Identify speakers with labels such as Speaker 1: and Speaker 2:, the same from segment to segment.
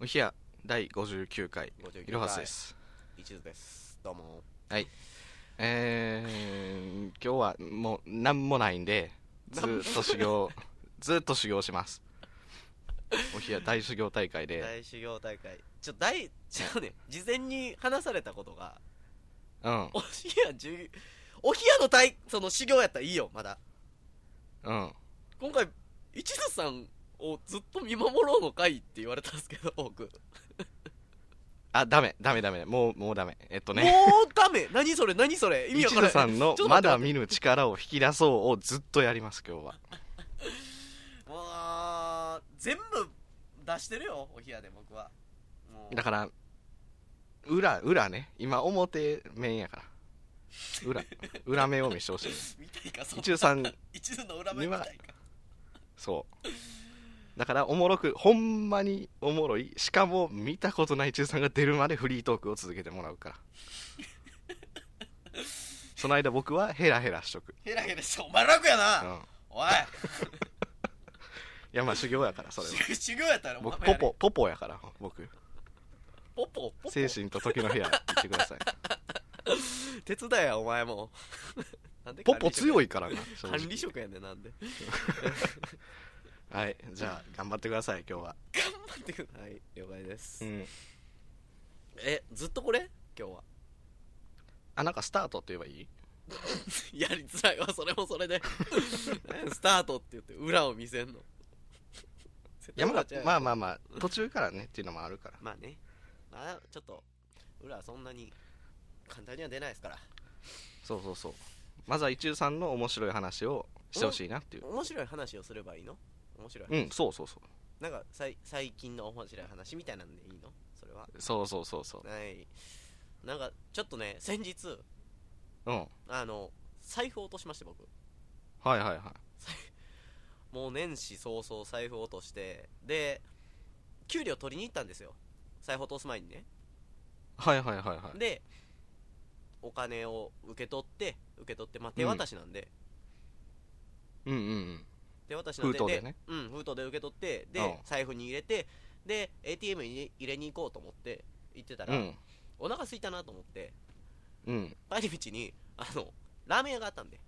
Speaker 1: おひや第59回
Speaker 2: 59回
Speaker 1: いろはすです
Speaker 2: 一途ですどうも
Speaker 1: えー、今日はもう何もないんでずーっと修行ずーっと修行しますおひや大修行大会で
Speaker 2: 大修行大会ちょ大ちょっとね事前に話されたことが
Speaker 1: うん
Speaker 2: おひや授業おひやの大その修行やったらいいよまだ
Speaker 1: うん
Speaker 2: 今回一途さんをずっと見守ろうの会って言われたんですけど僕、
Speaker 1: あダメダメダメもうもうダメえっとね
Speaker 2: もうダメ何それ何それ意味わ
Speaker 1: 一
Speaker 2: から
Speaker 1: 途
Speaker 2: な
Speaker 1: さ
Speaker 2: い
Speaker 1: んの
Speaker 2: ちょっと
Speaker 1: ま
Speaker 2: 待っ
Speaker 1: だ
Speaker 2: て
Speaker 1: 見ぬ力を引き出そうをずっとやります今日は
Speaker 2: もう全部出してるよおひやで僕はもう
Speaker 1: だから裏裏ね今表面やから裏裏面を見せてほしい
Speaker 2: 見たいかそんな
Speaker 1: 一途さん
Speaker 2: 一途の裏目みたいか
Speaker 1: そうだからおもろくほんまにおもろいしかも見たことない中さんが出るまでフリートークを続けてもらうからその間僕はヘラヘラしとく、
Speaker 2: ヘラヘラしてお前楽や
Speaker 1: うん、
Speaker 2: な、
Speaker 1: い
Speaker 2: おい
Speaker 1: やまあ修行やからそれは
Speaker 2: 修修行やったらお前
Speaker 1: 僕
Speaker 2: も
Speaker 1: ポ
Speaker 2: やれ
Speaker 1: ポポポやから僕
Speaker 2: ポポポポ
Speaker 1: 精神と時の部屋行ってください
Speaker 2: 手伝えやお前も なんで
Speaker 1: ポポ強
Speaker 2: い
Speaker 1: いからな正
Speaker 2: 管
Speaker 1: 直
Speaker 2: 理職やねんなんで
Speaker 1: はいじゃあ頑張ってください今日は
Speaker 2: 頑張ってください了解です、
Speaker 1: うん
Speaker 2: えずっとこれ今日は
Speaker 1: あなんかスタートって言えばいい
Speaker 2: やりづらいわそれもそれで 何やスタートって言って裏を見せんの
Speaker 1: 山
Speaker 2: 裏ち
Speaker 1: 形
Speaker 2: ゃうやろ
Speaker 1: まあまあまあ途中からねっていうのもあるから
Speaker 2: まあねまあちょっと裏はそんなに簡単には出ないですから
Speaker 1: そうそうそうまずは一流さんの面白い話をしてほしいなっていう
Speaker 2: 面白い話をすればいいの面白い、
Speaker 1: うんそうそうそう
Speaker 2: なんかさい最近の面白い話みたいなんでいいのそれは
Speaker 1: そうそうそうそ
Speaker 2: はいなんかちょっとね先日
Speaker 1: ううん
Speaker 2: あの財布を落としまして僕
Speaker 1: はいはいはい
Speaker 2: もう年始早々財布を落としてで給料取りに行ったんですよ財布落とす前にね
Speaker 1: はいはいはいはい
Speaker 2: でお金を受け取って受け取ってまあ手渡しなんで、
Speaker 1: うんうんうん
Speaker 2: 手渡しなんで
Speaker 1: 封筒でね
Speaker 2: うん封筒で受け取ってで、
Speaker 1: うん
Speaker 2: 財布に入れてで ATM に入れに行こうと思って行ってた
Speaker 1: う
Speaker 2: ら、
Speaker 1: ん
Speaker 2: お腹空いたなと思って
Speaker 1: うん
Speaker 2: 帰り道にあのラーメン屋があったんで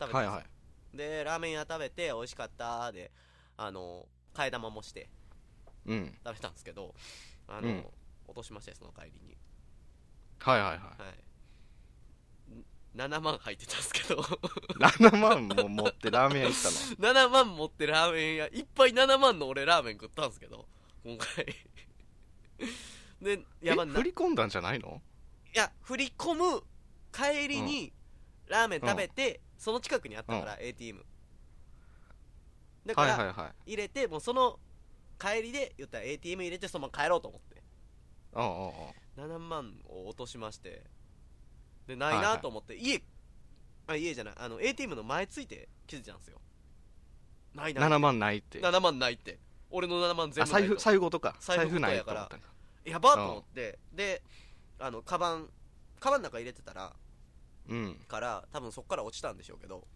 Speaker 2: 食べた
Speaker 1: はい
Speaker 2: んですよ
Speaker 1: はい
Speaker 2: でラーメン屋食べて美味しかったであの替え玉もして
Speaker 1: うん
Speaker 2: 食べたんですけどあの、
Speaker 1: うん
Speaker 2: 落としましたよその帰りに
Speaker 1: はいはいはい
Speaker 2: はいん7万入ってたんですけど
Speaker 1: 7万も持ってラーメン屋行ったの
Speaker 2: 7万持ってラーメン屋いっぱい7万の俺ラーメン食ったんですけど今回 で
Speaker 1: え
Speaker 2: 山な
Speaker 1: 振
Speaker 2: い
Speaker 1: り込んだんじゃないの
Speaker 2: や振り込む帰りにラーメン食べて、その近くにあったから、ATM だか
Speaker 1: はい
Speaker 2: ら、
Speaker 1: はいはい
Speaker 2: 入れてもうその帰りで言ったら ATM 入れてそのまま帰ろうと思って
Speaker 1: うんうんうん
Speaker 2: 7万を落としましてでないなと思って、家あ家じゃないあの ATM の前ついて気づいたんですよないな
Speaker 1: 7万ないって
Speaker 2: 7万ないって俺の7万全
Speaker 1: あ
Speaker 2: 部ない
Speaker 1: 財
Speaker 2: と
Speaker 1: 布財布ごとか
Speaker 2: 財
Speaker 1: 財布
Speaker 2: 布ごと
Speaker 1: ない
Speaker 2: や
Speaker 1: と
Speaker 2: から
Speaker 1: 思ったんだ
Speaker 2: やばと思って、であのカバンカバンの中入れてたら
Speaker 1: うん
Speaker 2: から多分そこから落ちたんでしょうけど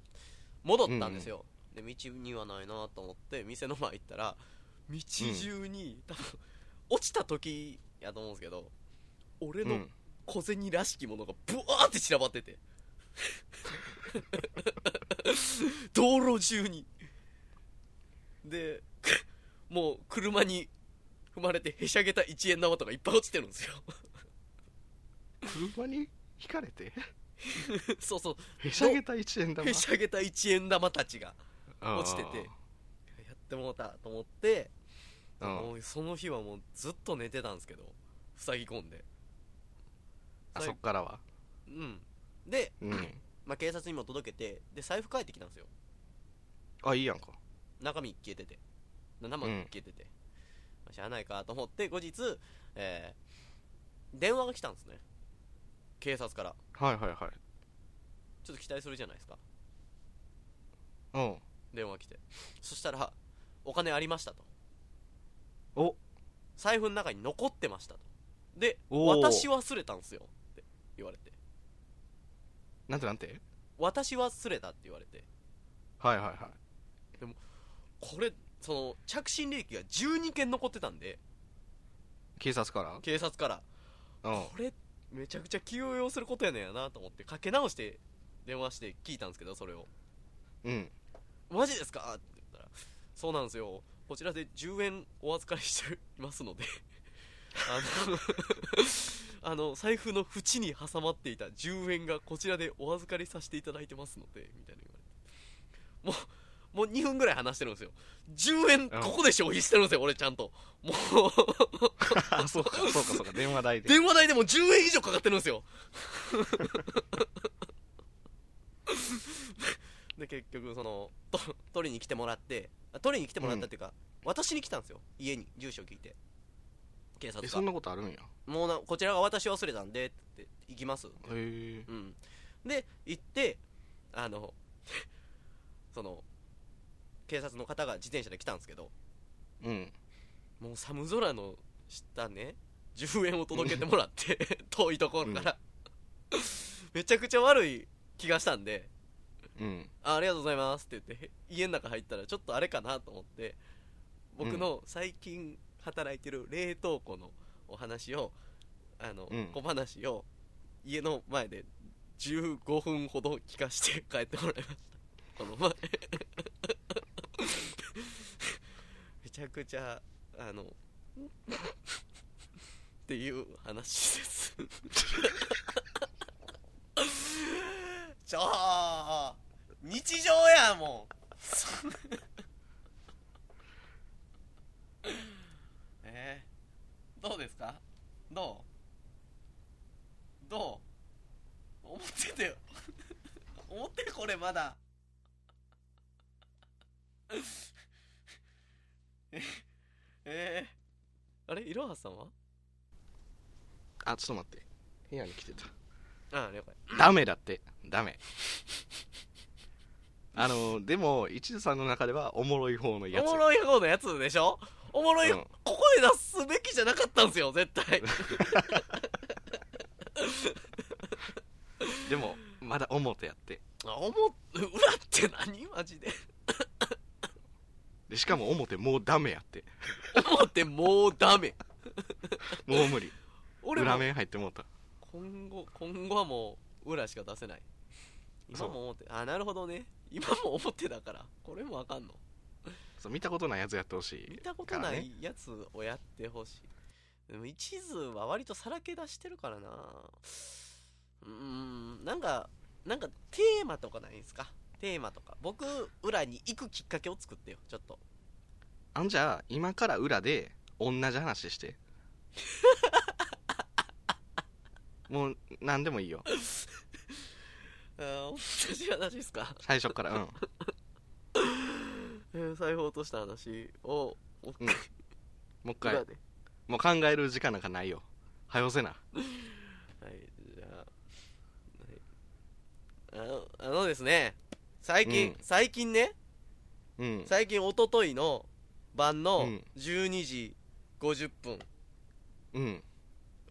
Speaker 2: 戻ったんですよ、で道にはないなと思って店の前行ったら道中に、多分落ちた時やと思うんですけど俺
Speaker 1: う
Speaker 2: の
Speaker 1: ん
Speaker 2: 小銭らしきものがブワーって散らばってて道路中にでくもう車に踏まれてへしゃげた1円玉とかいっぱい落ちてるんですよ
Speaker 1: 車に引かれ て
Speaker 2: そうそう
Speaker 1: へしゃげた1円玉
Speaker 2: へしゃげた1円玉たちが
Speaker 1: うん
Speaker 2: 落ちててやってもうたと思って
Speaker 1: うん
Speaker 2: もうその日はもうずっと寝てたんですけど塞ぎ込んで
Speaker 1: あそっからは
Speaker 2: うんで、
Speaker 1: うん
Speaker 2: まあ、警察にも届けてで財布返ってきたんですよ
Speaker 1: あいいやんか
Speaker 2: 中身消えてて7万消えてて、まあしゃあないかと思って後日、えー電話が来たんですね警察から
Speaker 1: はいはいはい
Speaker 2: ちょっと期待するじゃないですか
Speaker 1: うん
Speaker 2: 電話来てそしたらお金ありましたと
Speaker 1: お
Speaker 2: 財布の中に残ってましたとで
Speaker 1: おー
Speaker 2: 私忘れたんですよって言われて
Speaker 1: なんてなんて
Speaker 2: 私忘れたって言われて
Speaker 1: はいはいはい
Speaker 2: これその着信履歴が12件残ってたんで
Speaker 1: 警察か
Speaker 2: 警察から
Speaker 1: らうん
Speaker 2: これめちゃくちゃ急用することやねんやなと思ってかけ直して電話して聞いたんですけどそれを
Speaker 1: うん
Speaker 2: マジですかって言ったらそうなんですよこちらで10円お預かりしていますのであの あの財布の縁に挟まっていた10円がこちらでお預かりさせていただいてますのでみたいな言われてもうもう2分ぐらい話してるんですよ10円
Speaker 1: うん
Speaker 2: ここで消費してるんですよ俺ちゃんともう
Speaker 1: あそうかそうかそうか電話代で
Speaker 2: 電話代でも10円以上かかってるんです よで結局そのと取りに来てもらってあ取りに来てもらったっていうか、私に来たんですよ家に住所聞いて警察
Speaker 1: えそん
Speaker 2: が
Speaker 1: なことあるんやへ
Speaker 2: もうなこちらが私忘れたんでって言って行きます
Speaker 1: え
Speaker 2: うんで行ってあの その警察の方が自転車で来たんですけど
Speaker 1: うん
Speaker 2: もう寒空の下ね10円を届けてもらって 遠いところから、めちゃくちゃ悪い気がしたんで
Speaker 1: うん
Speaker 2: あありがとうございますって言って家の中入ったらちょっとあれかなと思って僕の最近働いてる冷凍庫のお話をあの、
Speaker 1: うん
Speaker 2: 小話を家の前で15分ほど聞かして 帰ってもらいましたこの前 めちゃくちゃあのっていう話です ちょー日常やもん えー、どうですかどうどう思ってたよ 思ってるこれまだええー、あれいろはさんは
Speaker 1: あちょっと待って部屋に来てた
Speaker 2: ああ了解
Speaker 1: ダメだってダメあのでも一途さんの中ではおもろい方のや
Speaker 2: お
Speaker 1: つ
Speaker 2: もろい方のやつでしょおもろい、
Speaker 1: うん
Speaker 2: ここで出すべきじゃなかったんですよ絶 対
Speaker 1: でもまだ表やって
Speaker 2: あ思っ裏って何マジで
Speaker 1: でしかも表もうダメやって
Speaker 2: 思ってもうダメ
Speaker 1: もう無 理
Speaker 2: 俺
Speaker 1: 裏
Speaker 2: も
Speaker 1: 面入ってもうた
Speaker 2: 今後今後はもう裏しか出せない今も表あなるほどね今も表だからこれもあかんの
Speaker 1: そう見たことないやつやってほしい
Speaker 2: 見たこと
Speaker 1: から
Speaker 2: な
Speaker 1: ね
Speaker 2: いやつをやってほしいでも一途は割とさらけ出してるからなうーんなんかなんかテーマとかないんすかテーマとか僕裏に行くきっかけを作ってよちょっと
Speaker 1: あんじゃあ今から裏で同じ話 してもう何でもいいよ
Speaker 2: ああ同じ話ですか
Speaker 1: 最初からうん
Speaker 2: えー財布落とした話をもう一回
Speaker 1: もう一回
Speaker 2: 裏で
Speaker 1: もう考える時間なんかないよはよせな
Speaker 2: はい、じゃあ、はい、あのあのですね、最近、
Speaker 1: うん
Speaker 2: 最近ね、
Speaker 1: うん
Speaker 2: 最近、一昨日の晩
Speaker 1: う
Speaker 2: の
Speaker 1: ん
Speaker 2: 12時50分、
Speaker 1: うん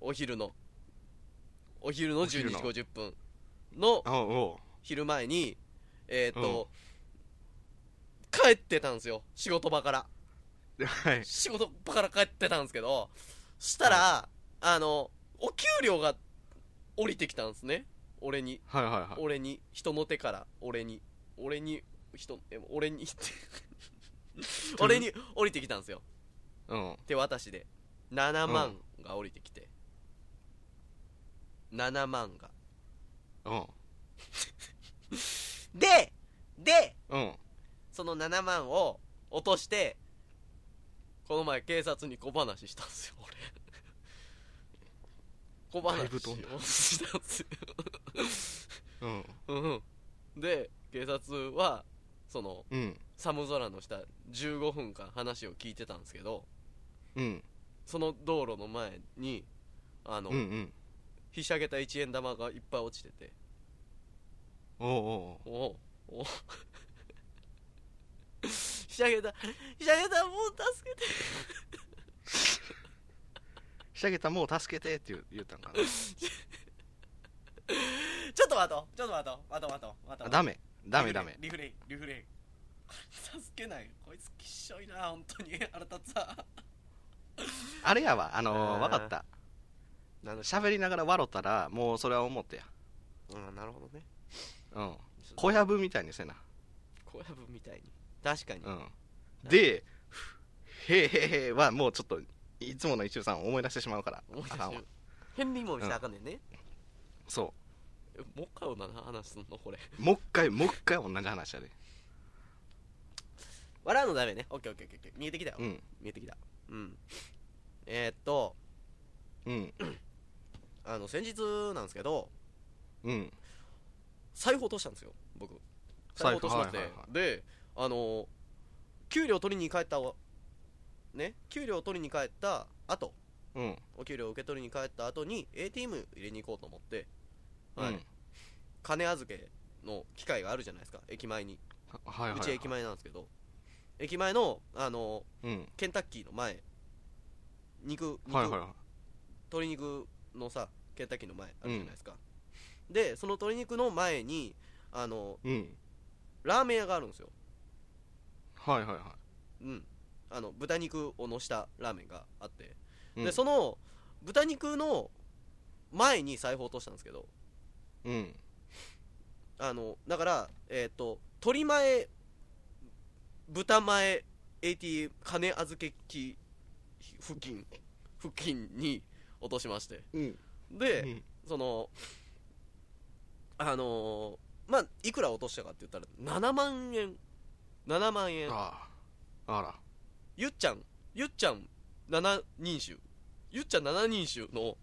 Speaker 2: お昼の、お昼の
Speaker 1: お昼
Speaker 2: 12時
Speaker 1: の
Speaker 2: 50分の
Speaker 1: あおうお
Speaker 2: 昼前に、えっ、と、帰ってたんですよ、仕事場から。
Speaker 1: うはい
Speaker 2: 仕事場から帰ってたんですけど、したら、あの、お給料が降りてきたんですね、俺に。
Speaker 1: はいはいはい
Speaker 2: 俺に人の手から俺に俺に人え俺にって 俺に降りてきたんですよ
Speaker 1: うん
Speaker 2: 手渡しで7万が降りてきて、7万が
Speaker 1: うん
Speaker 2: でで
Speaker 1: うん
Speaker 2: その7万を落としてこの前警察に小話したんですよ俺 小
Speaker 1: だ
Speaker 2: 話
Speaker 1: いぶ飛んだ
Speaker 2: をしたんですよ
Speaker 1: うん
Speaker 2: うんうんで警察はその
Speaker 1: うん
Speaker 2: 寒空の下15分間話を聞いてたんですけど
Speaker 1: うん
Speaker 2: その道路の前にあの、
Speaker 1: うんうん
Speaker 2: ひしゃげた一円玉がいっぱい落ちてて
Speaker 1: おうおう
Speaker 2: おうおう ひしゃげたひしゃげたもう助けて
Speaker 1: ひしゃげたもう助けてって言う言うたんかな
Speaker 2: ちょっと待とうちょっと待とう待とう待とう待と
Speaker 1: あ
Speaker 2: う
Speaker 1: ダメダメダメ
Speaker 2: リフレイ ンリフレインリフレインこれ助けないこいつきっしょいな本当に腹立つわ
Speaker 1: あれやわあ
Speaker 2: あ
Speaker 1: の
Speaker 2: ー
Speaker 1: 分かった
Speaker 2: なんで
Speaker 1: 喋りながら笑ったらもうそれは思ってや
Speaker 2: うんなるほどね
Speaker 1: うん小籔みたいにせな
Speaker 2: 小籔みたいに確かに、
Speaker 1: うんで「へーへーへーはもうちょっといつもの一中さんを思い出してしまうから
Speaker 2: 思い出
Speaker 1: あ
Speaker 2: し
Speaker 1: かん
Speaker 2: て
Speaker 1: わ
Speaker 2: る片鱗も見せなあかんねんね、
Speaker 1: そ
Speaker 2: えもう一回女の話すんのこれ
Speaker 1: うもう一回もう一回同じ話やで
Speaker 2: 笑うのダメねオッケーオッケーオッケーオッケー見えてきたよ、
Speaker 1: うん
Speaker 2: 見えてきたうんえー、っと
Speaker 1: うん
Speaker 2: あの先日なんですけど
Speaker 1: うん
Speaker 2: 財布落としたんですよ僕財
Speaker 1: 財布
Speaker 2: 布落としまして、
Speaker 1: はいはいは
Speaker 2: であの給料取りに帰ったわね給料取りに帰った後
Speaker 1: うん
Speaker 2: お給料受け取りに帰った後に ATM 入れに行こうと思って、
Speaker 1: うん
Speaker 2: は
Speaker 1: はいい
Speaker 2: 金預けの機械があるじゃないですか駅前に、
Speaker 1: はいはいう
Speaker 2: ち駅前なんですけど駅前のあの
Speaker 1: うん
Speaker 2: ケンタッキーの前肉肉、
Speaker 1: はいはいは
Speaker 2: 鶏肉のさケンタッキーの前あるじゃないですか、でその鶏肉の前にあの
Speaker 1: いうん
Speaker 2: ラーメン屋があるんですよ
Speaker 1: はいはいは
Speaker 2: うんあの豚肉をのしたラーメンがあって、
Speaker 1: いうん
Speaker 2: でその豚肉の前に財布を落としたんですけど
Speaker 1: うん
Speaker 2: あのだからえっ、と鶏前豚前 ATM 金預け機付近付近に落としまして
Speaker 1: うん
Speaker 2: で、
Speaker 1: うん
Speaker 2: そのあのーまあいくら落としたかって言ったら7万円7万円
Speaker 1: あああら
Speaker 2: ゆっちゃんゆっちゃん7人衆ゆっちゃん7人衆の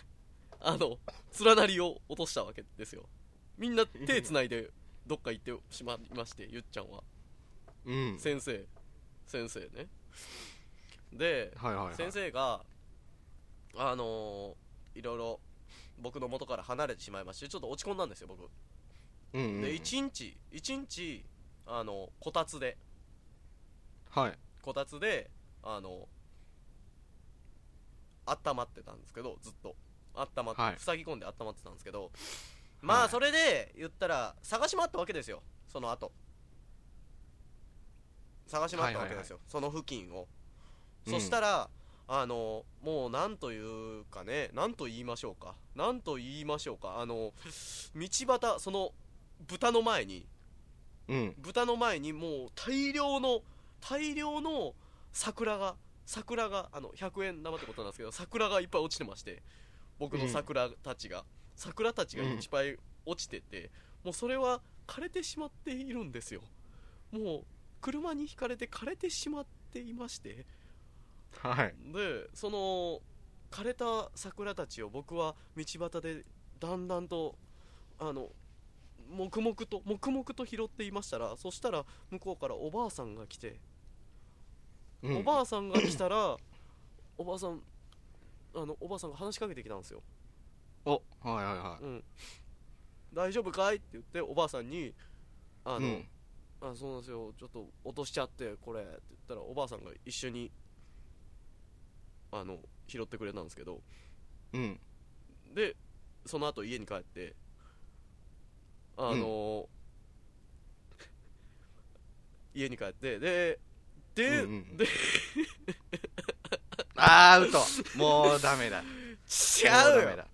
Speaker 2: あの連なりを落としたわけですよみんな手つないでどっか行ってしまいましてゆっちゃんは
Speaker 1: うん
Speaker 2: 先生先生ねで
Speaker 1: はいはいはい
Speaker 2: 先生があのーいろいろ僕の元から離れてしまいましてちょっと落ち込んだんですよ僕
Speaker 1: うんうん
Speaker 2: で1日1日あのこたつで
Speaker 1: はい
Speaker 2: こたつであの温まってたんですけどずっと温まって、
Speaker 1: はい
Speaker 2: 塞ぎ込んで温まってたんですけどまあそれで言ったら探し回ったわけですよその後探し回ったわけですよ、その付近を、
Speaker 1: うん
Speaker 2: そしたらあのもうなんというかねなんと言いましょうかなんと言いましょうかあの道端その豚の前に
Speaker 1: うん
Speaker 2: 豚の前にもう大量の大量の桜が桜があの100円玉ってことなんですけど桜がいっぱい落ちてまして僕の桜たちが、桜たちがいっぱい落ちてて、もうそれは枯れてしまっているんですよもう車にひかれて枯れてしまっていまして
Speaker 1: はい
Speaker 2: でその枯れた桜たちを僕は道端でだんだんとあの黙々と黙々と拾っていましたらそしたら向こうからおばあさんが来て、
Speaker 1: うん
Speaker 2: おばあさんが来たらおばあさんあのおばあさんが話しかけてきたんですよ
Speaker 1: おはいはいは
Speaker 2: うん、大丈夫かいって言っておばあさんに「あの、
Speaker 1: うん
Speaker 2: あそうなんですよちょっと落としちゃってこれ」って言ったらおばあさんが一緒にあの拾ってくれたんですけど
Speaker 1: いうん
Speaker 2: でその後家に帰ってあの、家に帰ってでで、
Speaker 1: うんうん
Speaker 2: で
Speaker 1: あアウトもうダメ だ
Speaker 2: 違
Speaker 1: も
Speaker 2: う
Speaker 1: ダメ
Speaker 2: よ
Speaker 1: だ
Speaker 2: あ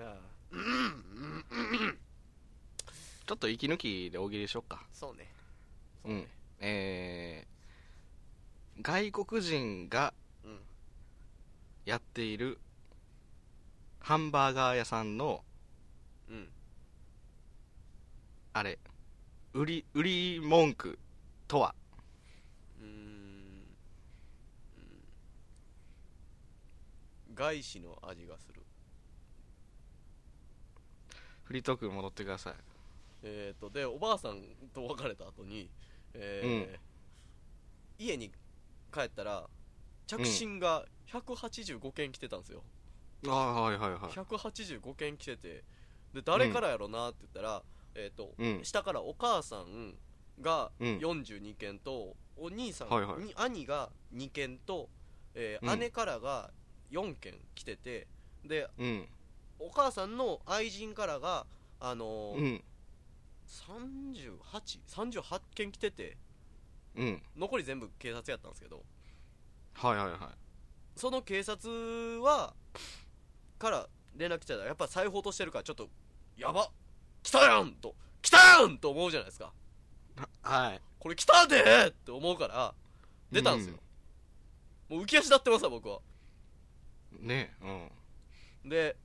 Speaker 2: あ
Speaker 1: ちょっと息抜きで大喜利しよっか
Speaker 2: そうねそう
Speaker 1: う
Speaker 2: ね
Speaker 1: ん、えー、外国人が
Speaker 2: うん
Speaker 1: やっているハンバーガー屋さんの
Speaker 2: うん、
Speaker 1: あれ売り売り文句とは
Speaker 2: うーんうん外資の味がする
Speaker 1: フリートーク戻ってください
Speaker 2: えっ、とでおばあさんと別れた後に、えー家に帰ったら着信が185件来てたんですよ、
Speaker 1: ああはいはいはい
Speaker 2: 185件来ててで誰からやろなって言ったら、えっ、と、
Speaker 1: うん
Speaker 2: 下からお母さんが
Speaker 1: うん
Speaker 2: 42件と、お兄さん、
Speaker 1: はいはい
Speaker 2: に兄が2件と、えー
Speaker 1: うん
Speaker 2: 姉からが4件来ててで
Speaker 1: うん
Speaker 2: お母さんの愛人からがあのー
Speaker 1: うん
Speaker 2: 3838件来てて
Speaker 1: うん
Speaker 2: 残り全部警察やったんですけど
Speaker 1: はいはいは
Speaker 2: その警察はから連絡来たらやっぱ再報としてるからちょっとやば来たやんと来たやんと思うじゃないですか
Speaker 1: いはい
Speaker 2: これ来たでって思うから出たんですよ、もう浮き足立ってますわ僕は
Speaker 1: うんねえ
Speaker 2: で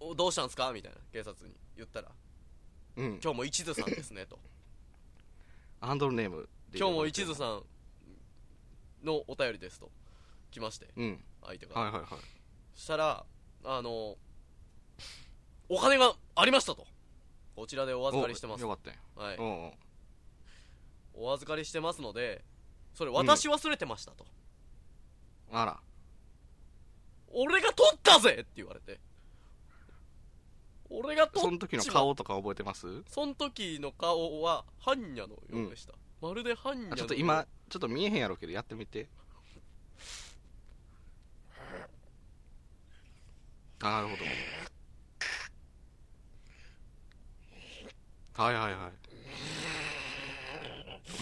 Speaker 2: おどうしたんですかみたいな警察に言ったら
Speaker 1: うんうん
Speaker 2: 今日も一途さんです ねと
Speaker 1: ハンドルネームで
Speaker 2: 今日も一途さんのお便りですと来まして
Speaker 1: うん
Speaker 2: 相手が、
Speaker 1: はいはいはい
Speaker 2: したらあのお金がありましたとこちらでお預かりしてます
Speaker 1: およかったよ
Speaker 2: はい
Speaker 1: うんうん
Speaker 2: お預かりしてますのでそれ私忘れてましたと、
Speaker 1: あら
Speaker 2: 俺が取ったぜって言われて俺が取っ
Speaker 1: その時の顔とか覚えてます
Speaker 2: その時の顔は般若のようでした、まるで般若のよ
Speaker 1: あ
Speaker 2: う
Speaker 1: ちょっと今ちょっと見えへんやろうけどやってみてあなるほどはいはいはい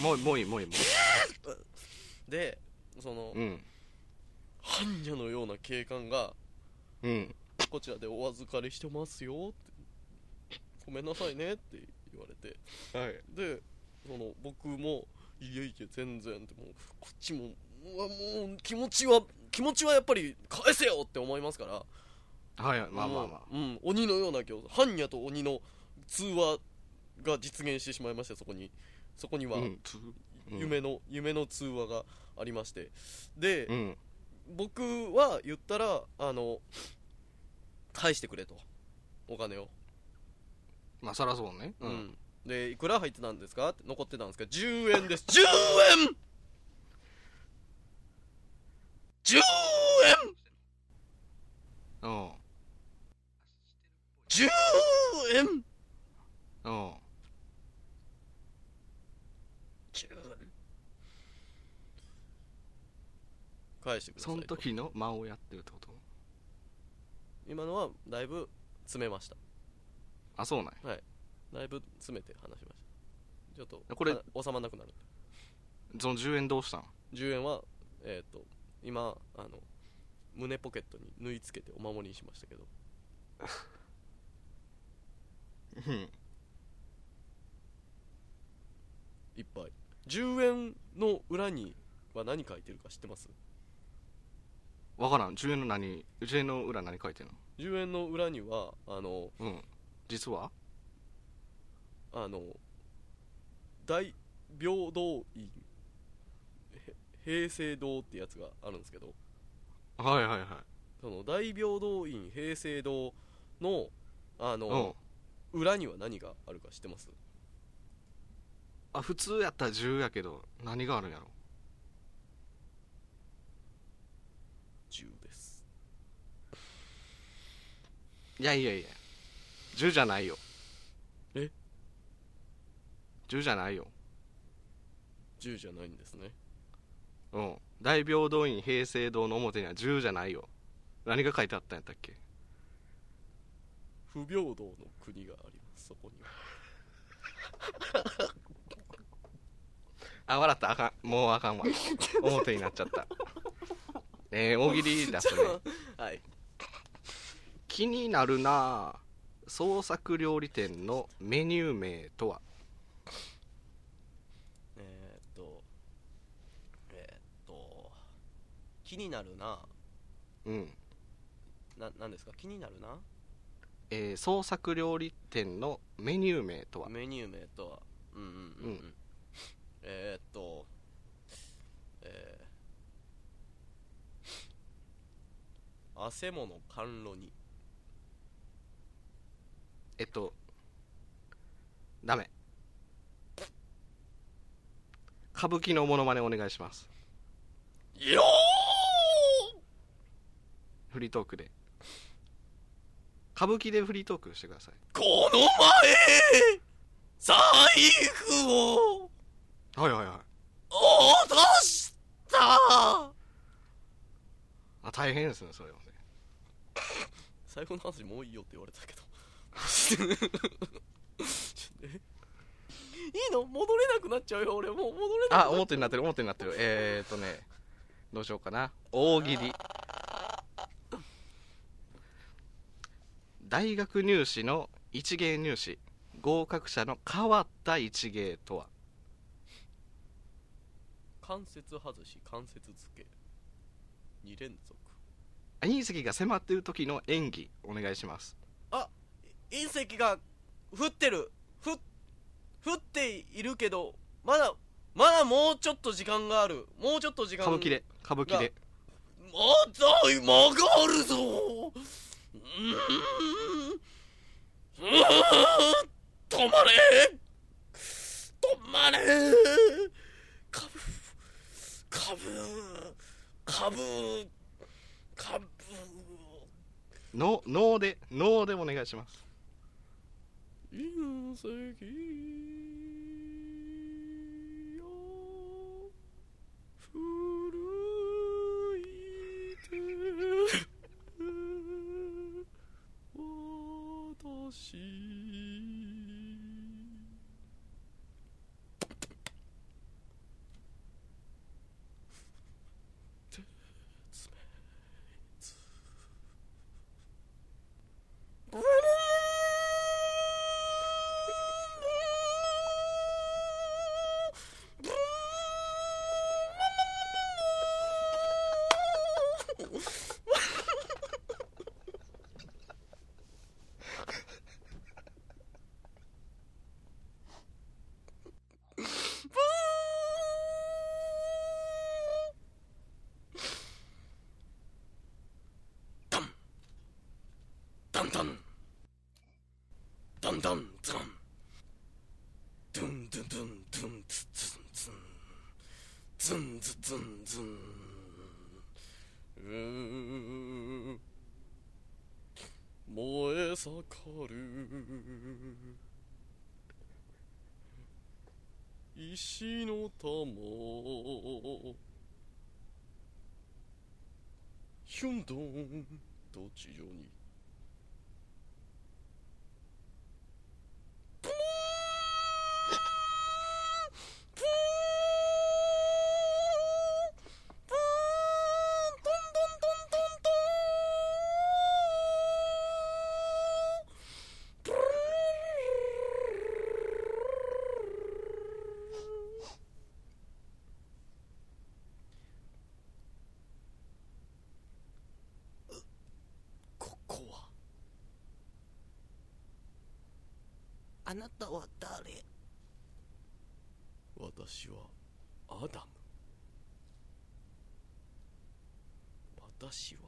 Speaker 1: もうもういいもういいも
Speaker 2: でその
Speaker 1: ういいうん
Speaker 2: 般若のような警官が
Speaker 1: うん
Speaker 2: こちらでお預かりしてますよってごめんなさいねって言われて
Speaker 1: はい
Speaker 2: でその僕も「いえいえ全然」ってもうこっちもうわもう気持ちは気持ちはやっぱり返せよって思いますから
Speaker 1: はいはいまあまあまあ
Speaker 2: もううん、鬼のような餃子般若と鬼の通話が実現してしまいましてそこにそこには
Speaker 1: うんつうん
Speaker 2: 夢の、夢の通話がありましてで、
Speaker 1: うん
Speaker 2: 僕は言ったらあの返してくれとお金を、
Speaker 1: まあそらそうねう
Speaker 2: うんんでいくら入ってたんですかって残ってたんですか10円です10円10円
Speaker 1: うん
Speaker 2: 10円
Speaker 1: うん
Speaker 2: 10円返してくださ
Speaker 1: そ
Speaker 2: い
Speaker 1: の
Speaker 2: と
Speaker 1: 時の間をやってるってこと
Speaker 2: 今のはだいぶ詰めました
Speaker 1: あそうなんや
Speaker 2: だいぶ詰めて話しましたちょっと
Speaker 1: これ
Speaker 2: あ収まらなくなる
Speaker 1: その10円どうしたん
Speaker 2: 10円はえっ、と今あの胸ポケットに縫い付けてお守りにしましたけど
Speaker 1: うん
Speaker 2: いっぱい10円の裏には何書いてるか知ってます
Speaker 1: わからん10円の何10円の裏何書いてんの
Speaker 2: ?10 円の裏にはあの
Speaker 1: うん実は
Speaker 2: あの大平等院へ平成堂ってやつがあるんですけど
Speaker 1: はいはいはい
Speaker 2: その大平等院平成堂のあ
Speaker 1: うん
Speaker 2: の裏には何があるか知ってます
Speaker 1: あ普通やったら10やけど何があるんやろ
Speaker 2: ?10 です
Speaker 1: いやいやいや10じゃないよ
Speaker 2: え
Speaker 1: 10じゃないよ
Speaker 2: 10じゃないんですね
Speaker 1: うん大平等院平成堂の表には10じゃないよ何が書いてあったんやったっけ
Speaker 2: 不平等の国がありますそこには
Speaker 1: あ笑ったあかんもうあか んわ表になっちゃったえー、大喜利だそれ
Speaker 2: はい
Speaker 1: 気になるなあ創作料理店のメニュー名とは
Speaker 2: えー、っとえー、っと気になるな
Speaker 1: うん
Speaker 2: ななんですか気になるな
Speaker 1: えー創作料理店のメニュー名とは
Speaker 2: メニュー名とはうんうんうん、う、
Speaker 1: うん
Speaker 2: えー、っとえー、汗もの甘露煮
Speaker 1: えっとダメ歌舞伎のモノマネお願いします
Speaker 2: よ
Speaker 1: フリートークで歌舞伎でフリートークしてください
Speaker 2: ーこの前財布を
Speaker 1: はいはいはい
Speaker 2: 落とした
Speaker 1: あ大変ですねそれはね
Speaker 2: 財布の 話もういいよって言われたけどえいいの戻れなくなっちゃうよ俺もう戻れな
Speaker 1: あ
Speaker 2: くなっ
Speaker 1: 表になってる表になってるえー、っとねどうしようかな大喜利大学入試の一芸入試合格者の変わった一芸とは
Speaker 2: 関節外し関節付け2連続
Speaker 1: あ隕石が迫ってる時の演技お願いします
Speaker 2: 隕石が降ってるふ降っているけどまだまだもうちょっと時間があるもうちょっと時間
Speaker 1: 歌舞伎で歌舞伎で
Speaker 2: まだ今があるぞうーんうーん止まれ止まれかぶかぶかぶかぶ
Speaker 1: の能で能でお願いします
Speaker 2: 隕石よふるいて私ダンダンダンダンズランドゥンドゥンドゥンドゥンツツンツンズンズズンズンうーん燃え盛る石の玉ヒュンドンと地上にここはあなたは誰私はアダム私は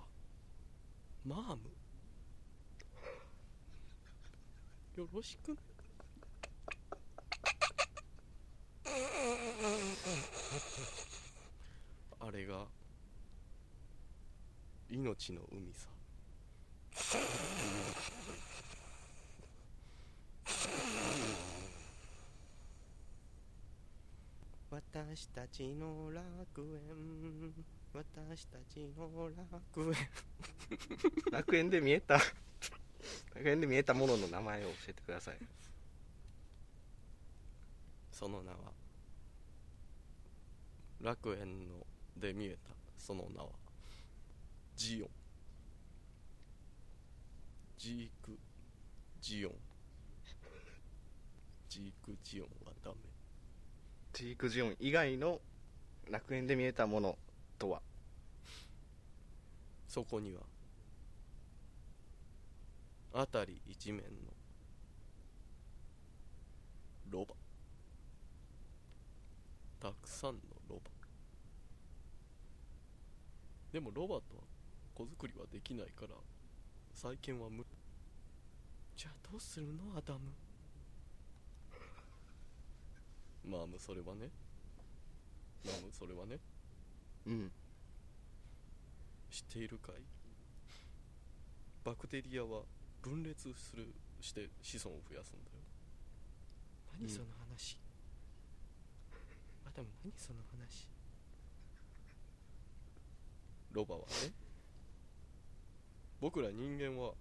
Speaker 2: マームよろしくあれが命の海さ私たちの楽園私たちの楽園
Speaker 1: 楽園で見えた 楽園で見えたものの名前を教えてください
Speaker 2: その名は楽園ので見えたその名はジオンジークジオンジークジオンはダメ
Speaker 1: ジークジオン以外の楽園で見えたものとは
Speaker 2: そこには辺り一面のロバたくさんのロバでもロバとは子作りはできないから再建は無理じゃあどうするのアダム マームそれはねマームそれはね
Speaker 1: うん
Speaker 2: 知っているかいバクテリアは分裂するして子孫を増やすんだよ
Speaker 1: うん
Speaker 2: 何その話、また何その話ロバはね僕ら人間は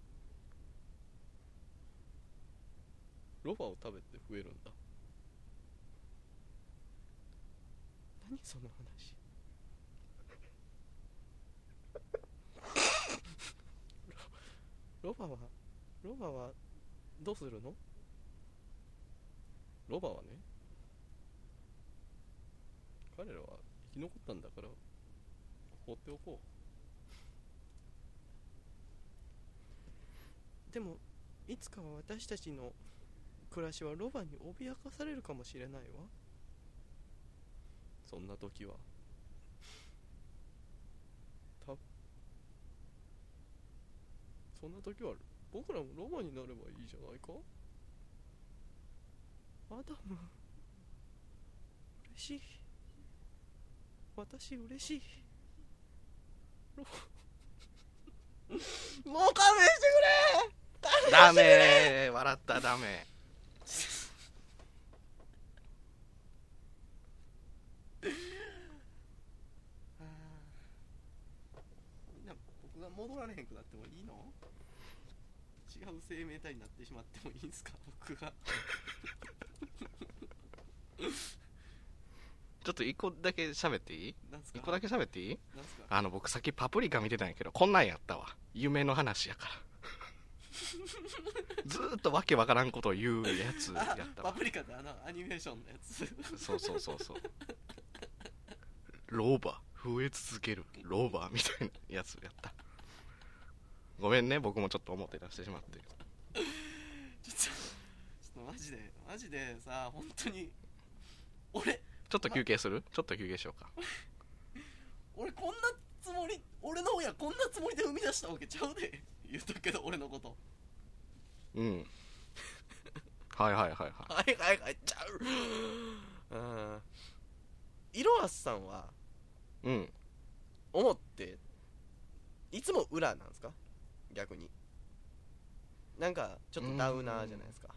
Speaker 2: ロバを食べて増えるんだ何その話ロロバはロバはどうするのロバはね彼らは生き残ったんだから放っておこうでもいつかは私たちの暮らしはロバに脅かされるかもしれないわそんな時はたそんな時は僕らもロバになればいいじゃないかアダム嬉しい私嬉しいロバもう勘弁して
Speaker 1: ダメー笑ったらダメ
Speaker 2: みんな僕が戻られへんくなってもいいの違う生命体になってしまってもいいんすか僕が
Speaker 1: ちょっと一個だけ喋っていい
Speaker 2: なんすか
Speaker 1: 一個だけ喋っていい
Speaker 2: なんすか
Speaker 1: あの僕さっきパプリカ見てたんやけどこんなんやったわ夢の話やからずーっとわけわからんことを言うやつやった
Speaker 2: パ
Speaker 1: わ
Speaker 2: プリカってあのアニメーションのやつ
Speaker 1: そうそうそうそう老婆増え続ける老婆みたいなやつやったごめんね僕もちょっと表出してしまって
Speaker 2: ちょっとちょっとマジでマジでさ本当に俺
Speaker 1: ちょっと休憩するちょっと休憩しようか
Speaker 2: 俺こんなつもり俺の親こんなつもりで生み出したわけちゃうで言ったけど俺のこと
Speaker 1: うんはいはいはいはい
Speaker 2: はいはいはいちゃううんいろはすさんは
Speaker 1: うん
Speaker 2: 思っていつも裏なんですか逆になんかちょっとダウナーじゃないですか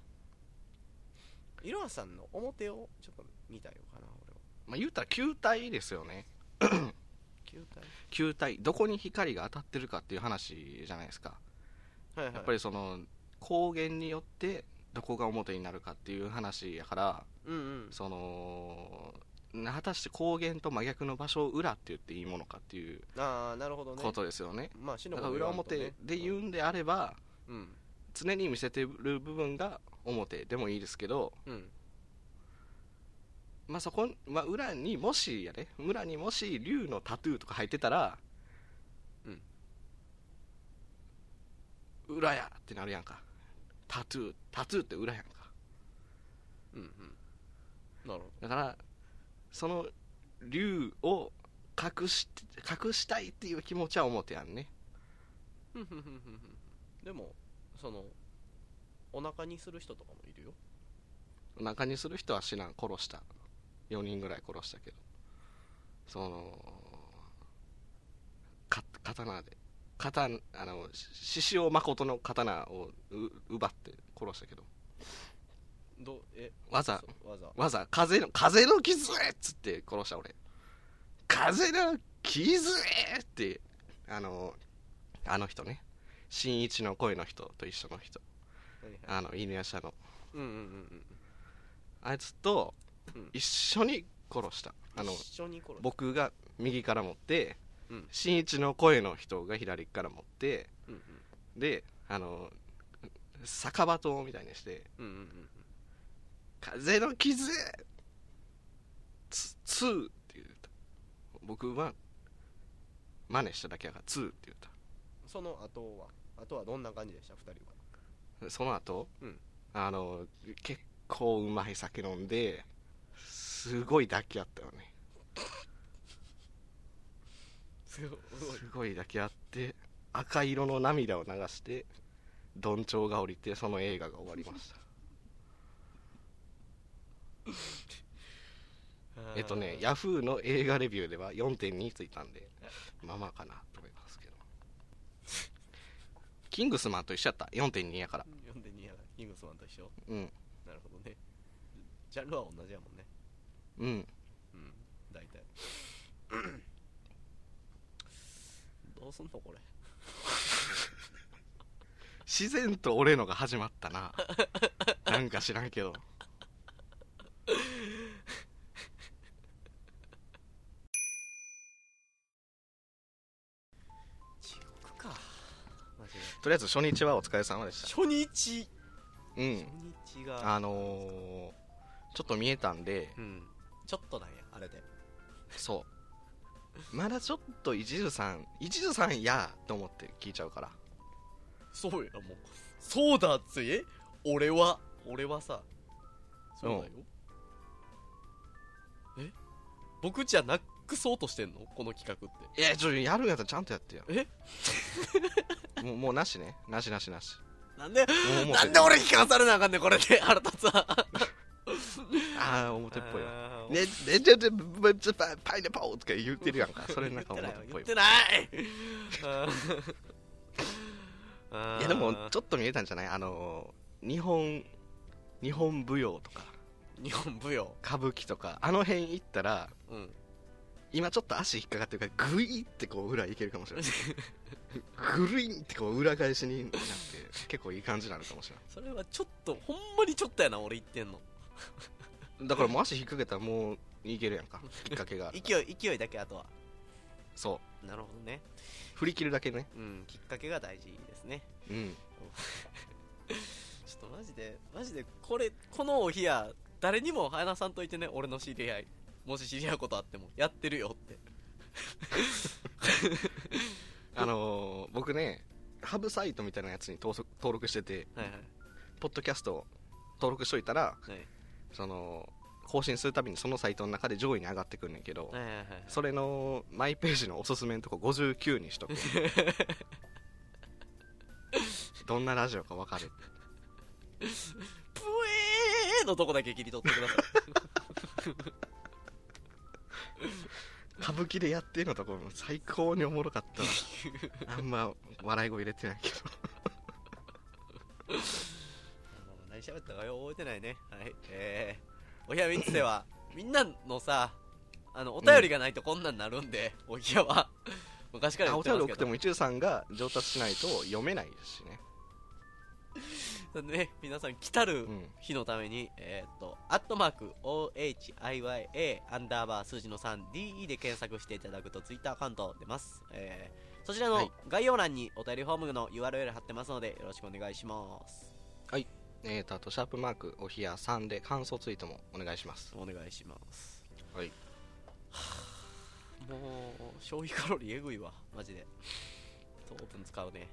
Speaker 2: いろはさんの表をちょっと見たいのかな俺は
Speaker 1: まあ言うたら球体ですよね
Speaker 2: 球体
Speaker 1: 球体どこに光が当たってるかっていう話じゃないですか
Speaker 2: はいはい
Speaker 1: やっぱりその光源によってどこが表になるかっていう話やから
Speaker 2: うんうん
Speaker 1: そのな果たして光源と真逆の場所を裏って言っていいものかっていう
Speaker 2: ああなるほどね
Speaker 1: ことですよね
Speaker 2: まあし
Speaker 1: だ
Speaker 2: の
Speaker 1: から裏表で言
Speaker 2: う
Speaker 1: うんであれば
Speaker 2: うん
Speaker 1: 常に見せてる部分が表でもいいですけど、
Speaker 2: うん
Speaker 1: まあ、そこ、まあ、裏にもしやね裏にもし竜のタトゥーとか入ってたら
Speaker 2: うん
Speaker 1: 裏やってなるやんかタトゥータトゥーって裏やんか
Speaker 2: うんうんなるほ
Speaker 1: だからその竜を隠し隠したいっていう気持ちは表やんね
Speaker 2: どでもそのお腹にする人とかもいるよ
Speaker 1: お腹にする人は知らん殺した4人ぐらい殺したけどそのか刀で刀あのし獅子王誠の刀をう奪って殺したけど
Speaker 2: どうえ
Speaker 1: わざ
Speaker 2: そわざ
Speaker 1: わざ風の風の傷へっつって殺した俺風の傷へってあのあの人ね新一の声の人と一緒の人
Speaker 2: はいはい
Speaker 1: あの犬屋舎の
Speaker 2: うんうんうん
Speaker 1: あいつと
Speaker 2: うん
Speaker 1: 一緒に殺した、あの
Speaker 2: 一緒に殺す
Speaker 1: 僕が右から持って、
Speaker 2: うん
Speaker 1: 新一の声の人が左から持って
Speaker 2: うんうん
Speaker 1: であの酒場刀みたいにして
Speaker 2: うんうんうん
Speaker 1: 「風の傷つつー」って言った僕は真似しただけやから「つー」って言っ
Speaker 2: その後はあとはどんな感じでした2人は
Speaker 1: たその後、
Speaker 2: うん
Speaker 1: あの結構うまい酒飲んですごい抱き合ったよね
Speaker 2: すごい
Speaker 1: すごい抱き合って赤色の涙を流してどんちょうが降りてその映画が終わりましたえっとね、ヤフーの映画レビューでは4.2ついたんで、まあまあかなと思いますけど。キングスマンと一緒やった、4.2やから。
Speaker 2: 読んでニアキングスマンと一緒
Speaker 1: うん、
Speaker 2: なるほどねジャンルは同じやもんね
Speaker 1: うん。
Speaker 2: うん大 体どうすんのこれ
Speaker 1: 自然と俺のが始まったな。なんか知らんけど。とりあえず初日はお疲れ様でした
Speaker 2: 初日
Speaker 1: う
Speaker 2: 初
Speaker 1: ん
Speaker 2: 日が
Speaker 1: あのー、ちょっと見えたんで
Speaker 2: うんちょっとなんやあれで
Speaker 1: そうまだちょっと一途さん一途さんやと思って聞いちゃうから
Speaker 2: そうやもうそうだっつえ俺は俺はさそうだよ、え僕じゃなくそうとしてんのこの企画って
Speaker 1: いやちょやるんやったらちゃんとやってよ
Speaker 2: え
Speaker 1: もうもうなしねなしなしなし
Speaker 2: なん
Speaker 1: も
Speaker 2: で
Speaker 1: う思って
Speaker 2: なんで俺聞かされなあかんねんこれで腹立つわ
Speaker 1: ああ表っぽいわ
Speaker 2: あー
Speaker 1: ねねちょちょちょちょパパイナポーとか言ってるやん かそれなんか表っぽ
Speaker 2: 言
Speaker 1: い
Speaker 2: っ
Speaker 1: わ
Speaker 2: てないわ 言ってない
Speaker 1: いやでもち
Speaker 2: ょ
Speaker 1: ょっと見えたんじゃないあのー日本日本舞踊とか
Speaker 2: 日本舞踊
Speaker 1: 歌舞伎とかあの辺行ったら
Speaker 2: うん
Speaker 1: 今ちょっと足引っかかってるからグイってこう裏いけるかもしれないグルインってこう裏返しになって結構いい感じになるかもしれ
Speaker 2: それはちょっとほんまにちょっとやな俺言ってんの
Speaker 1: ないだからもう足引っ掛けたらもういけるやんか引っ掛けが
Speaker 2: 勢 い勢いだけあとは
Speaker 1: そう
Speaker 2: なるほどね
Speaker 1: 振り切るだけね
Speaker 2: うんきっかけが大事ですね
Speaker 1: うん
Speaker 2: ちょっとマジでマジでこれこのお部屋誰にも話さんといてね俺の知り合いもし知り合うことあってもやってるよって
Speaker 1: あのー僕ねハブサイトみたいなやつに登録登録してて
Speaker 2: はいはい
Speaker 1: ポッドキャストを登録しといたら
Speaker 2: はい
Speaker 1: その更新するたびにそのサイトの中で上位に上がってくるんだけど、
Speaker 2: はいはいはい
Speaker 1: それのマイページのおすすめのとこ59にし とくどんなラジオか分かる
Speaker 2: プエーのとこだけ切り取ってくださ
Speaker 1: 歌舞伎でやってるのとこも最高におもろかったわあんま笑い声入れてないけど
Speaker 2: い何喋ったかよ覚えてないねはいえー、お部屋3つで はみんなのさあのお便りがないとこんなんなるんで、お部屋は 昔から
Speaker 1: あ
Speaker 2: 言
Speaker 1: お
Speaker 2: ってま
Speaker 1: 便り送
Speaker 2: すけ
Speaker 1: って
Speaker 2: ど
Speaker 1: も一応さんが上達しないと読めないしね
Speaker 2: ね皆さん来たる、
Speaker 1: うん
Speaker 2: 日のために、えーっと、アットマーク、OHIYA、アンダーバー数字の 3DE で検索していただくと、ツイッターアカウント出ます。えーそちら
Speaker 1: は
Speaker 2: の
Speaker 1: い
Speaker 2: 概要欄にお便りフォームの URL 貼ってますので、よろしくお願いします。
Speaker 1: えーとあとシャープマークおひやさんで感想ツイートもお願いします
Speaker 2: お願いします。
Speaker 1: はい
Speaker 2: もう、消費カロリーえぐいわ、マジで。糖分使うね。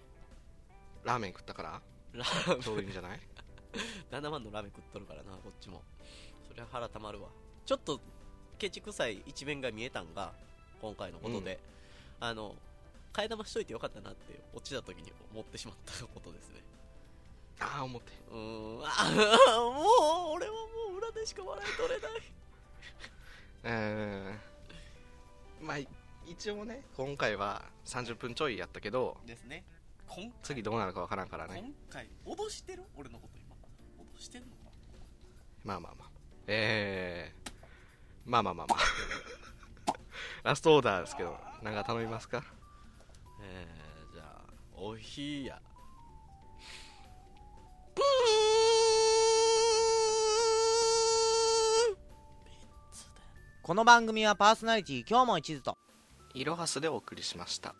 Speaker 1: ラーメン食ったから
Speaker 2: ラーメン
Speaker 1: ちょうどいいんじゃない
Speaker 2: 7万のラーメン食っとるからなこっちもそりゃ腹たまるわちょっとケチくさい一面が見えたんが今回のことで、あの替え玉しといてよかったなって落ちた時に思ってしまったことですね
Speaker 1: ああ思って
Speaker 2: うーんあーもう俺はもう裏でしか笑い取れない
Speaker 1: えーまあ一応ね今回は30分ちょいやったけど
Speaker 2: ですねこん
Speaker 1: 次どうなるか分からんからね
Speaker 2: 回脅してる俺のこと今脅してんのか
Speaker 1: まあまあまあ。えー、まあまあまあ まあ。ラストオーダーですけど、なんか頼みますか
Speaker 2: えー、じゃあおひや
Speaker 3: この番組はパーソナリティ今日も一途と
Speaker 1: いろはすでお送りしました。